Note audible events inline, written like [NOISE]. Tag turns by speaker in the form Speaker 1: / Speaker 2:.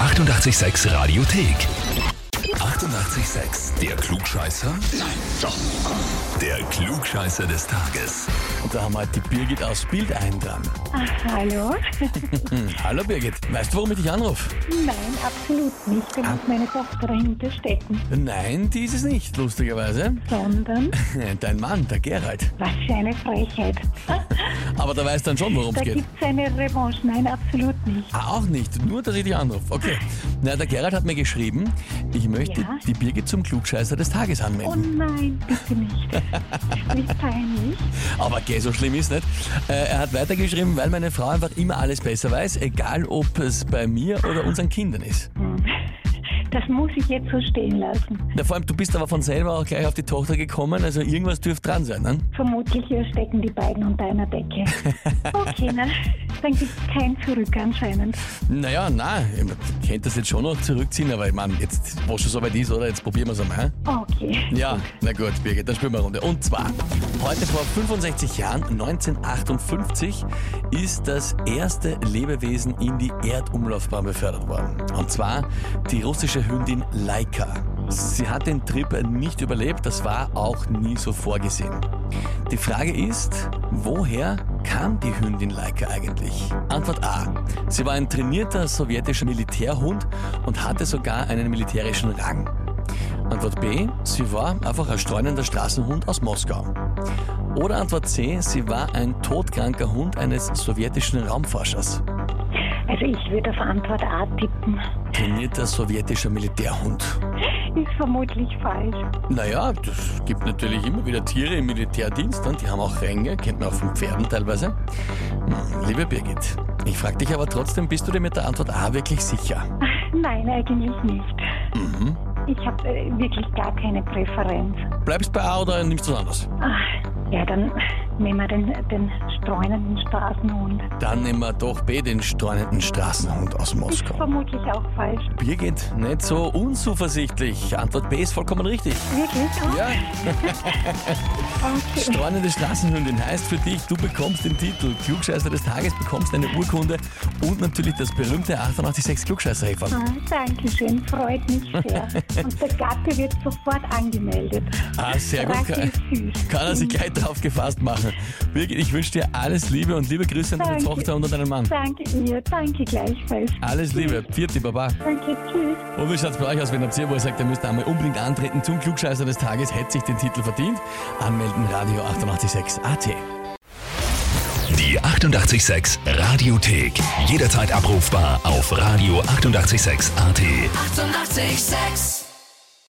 Speaker 1: 886 Radiothek. 88,6. Der Klugscheißer? Nein, doch. Der Klugscheißer des Tages.
Speaker 2: Und da haben wir halt die Birgit aus Bild ein dran.
Speaker 3: Ach, hallo? [LAUGHS]
Speaker 1: Mhm.
Speaker 2: Hm, hallo Birgit, weißt du, warum ich dich anrufe?
Speaker 3: Nein, absolut nicht. Da muss meine Tochter dahinter stecken.
Speaker 2: Nein, die ist es nicht, lustigerweise. [LAUGHS]
Speaker 3: Sondern,
Speaker 2: Dein Mann, der Gerald.
Speaker 3: was für eine Frechheit.
Speaker 2: Aber der weiß dann schon, worum
Speaker 3: Da
Speaker 2: es geht.
Speaker 3: gibt es eine Revanche. Nein, absolut nicht.
Speaker 2: Ah, auch nicht, nur dass ich dich anrufe. Okay. Na, der Gerald hat mir geschrieben, ich möchte
Speaker 3: Ja.
Speaker 2: die Birgit zum Klugscheißer des Tages
Speaker 3: Oh
Speaker 2: anmelden.
Speaker 3: nein, bitte nicht. Wie peinlich.
Speaker 2: Aber okay, so schlimm ist nicht. Äh, er hat weitergeschrieben, weil meine Frau einfach immer alles besser weiß, egal ob es bei mir oder unseren Kindern ist.
Speaker 3: Hm. Das muss ich jetzt so stehen lassen.
Speaker 2: Na, vor allem, du bist aber von selber auch gleich auf die Tochter gekommen, also irgendwas dürfte dran sein, ne?
Speaker 3: Vermutlich hier stecken die beiden unter einer Decke. Okay, na, dann gibt es kein Zurück anscheinend.
Speaker 2: Naja, nein, ich könnte das jetzt schon noch zurückziehen, aber ich meine, jetzt, wo es schon soweit ist, oder? Jetzt probieren wir es einmal. hä?
Speaker 3: Okay.
Speaker 2: Ja, na gut, Birgit, dann spielen wir eine Runde. Und zwar, heute vor 65 Jahren, 1958, ist das erste Lebewesen in die Erdumlaufbahn befördert worden. Und zwar die russische Hündin Laika. Sie hat den Trip nicht überlebt, das war auch nie so vorgesehen. Die Frage ist, woher kam die Hündin Laika eigentlich? Antwort A. Sie war ein trainierter sowjetischer Militärhund und hatte sogar einen militärischen Rang. Antwort B, sie war einfach ein streunender Straßenhund aus Moskau. Oder Antwort C, sie war ein todkranker Hund eines sowjetischen Raumforschers.
Speaker 3: Also ich würde auf Antwort A tippen.
Speaker 2: Trainierter sowjetischer Militärhund.
Speaker 3: Ist vermutlich falsch.
Speaker 2: Naja, das gibt natürlich immer wieder Tiere im Militärdienst und die haben auch Ränge, kennt man auch von Pferden teilweise. Hm, liebe Birgit, ich frage dich aber trotzdem, bist du dir mit der Antwort A wirklich sicher? Mhm.
Speaker 3: Nein, eigentlich nicht. Ich habe äh, wirklich gar keine Präferenz.
Speaker 2: Bleibst bei A oder nimmst du was anderes?
Speaker 3: Ach, ja, dann nehmen wir den, den streunenden Straßenhund.
Speaker 2: Dann nehmen wir doch B, den streunenden Straßenhund aus
Speaker 3: Ist
Speaker 2: Moskau.
Speaker 3: vermutlich auch falsch.
Speaker 2: Birgit, nicht so unzuversichtlich. Antwort B ist vollkommen richtig.
Speaker 3: Wirklich? Ah,
Speaker 2: Ja,
Speaker 3: Okay.
Speaker 2: streunende Straßenhündin heißt für dich, du bekommst den Titel Klugscheißer des Tages, bekommst eine Urkunde und natürlich das berühmte 886 klugscheißer -Häferl.
Speaker 3: Ah, Dankeschön, freut mich sehr. Und der Gatte wird sofort angemeldet.
Speaker 2: Ah, sehr gut.
Speaker 3: Rakel
Speaker 2: Kann,
Speaker 3: ist süß.
Speaker 2: kann er sich gleich drauf gefasst machen. Birgit, ich wünsche dir alles Liebe und liebe Grüße an deine
Speaker 3: Danke.
Speaker 2: Tochter und an deinen Mann.
Speaker 3: Danke ihr, danke gleichfalls.
Speaker 2: Alles Liebe, Pfiat die Baba.
Speaker 3: Danke, tschüss.
Speaker 2: Und wie schaut's bei euch aus, wenn habt ihr, wo ihr sagt, ihr müsst einmal unbedingt antreten zum Klugscheißer des Tages, hätte sich den Titel verdient? Anmelden, Radio 886 AT.
Speaker 1: Die 88,6 Radiothek. Jederzeit abrufbar auf radio886.at. 88,6.
Speaker 4: Eighty-eight, sex.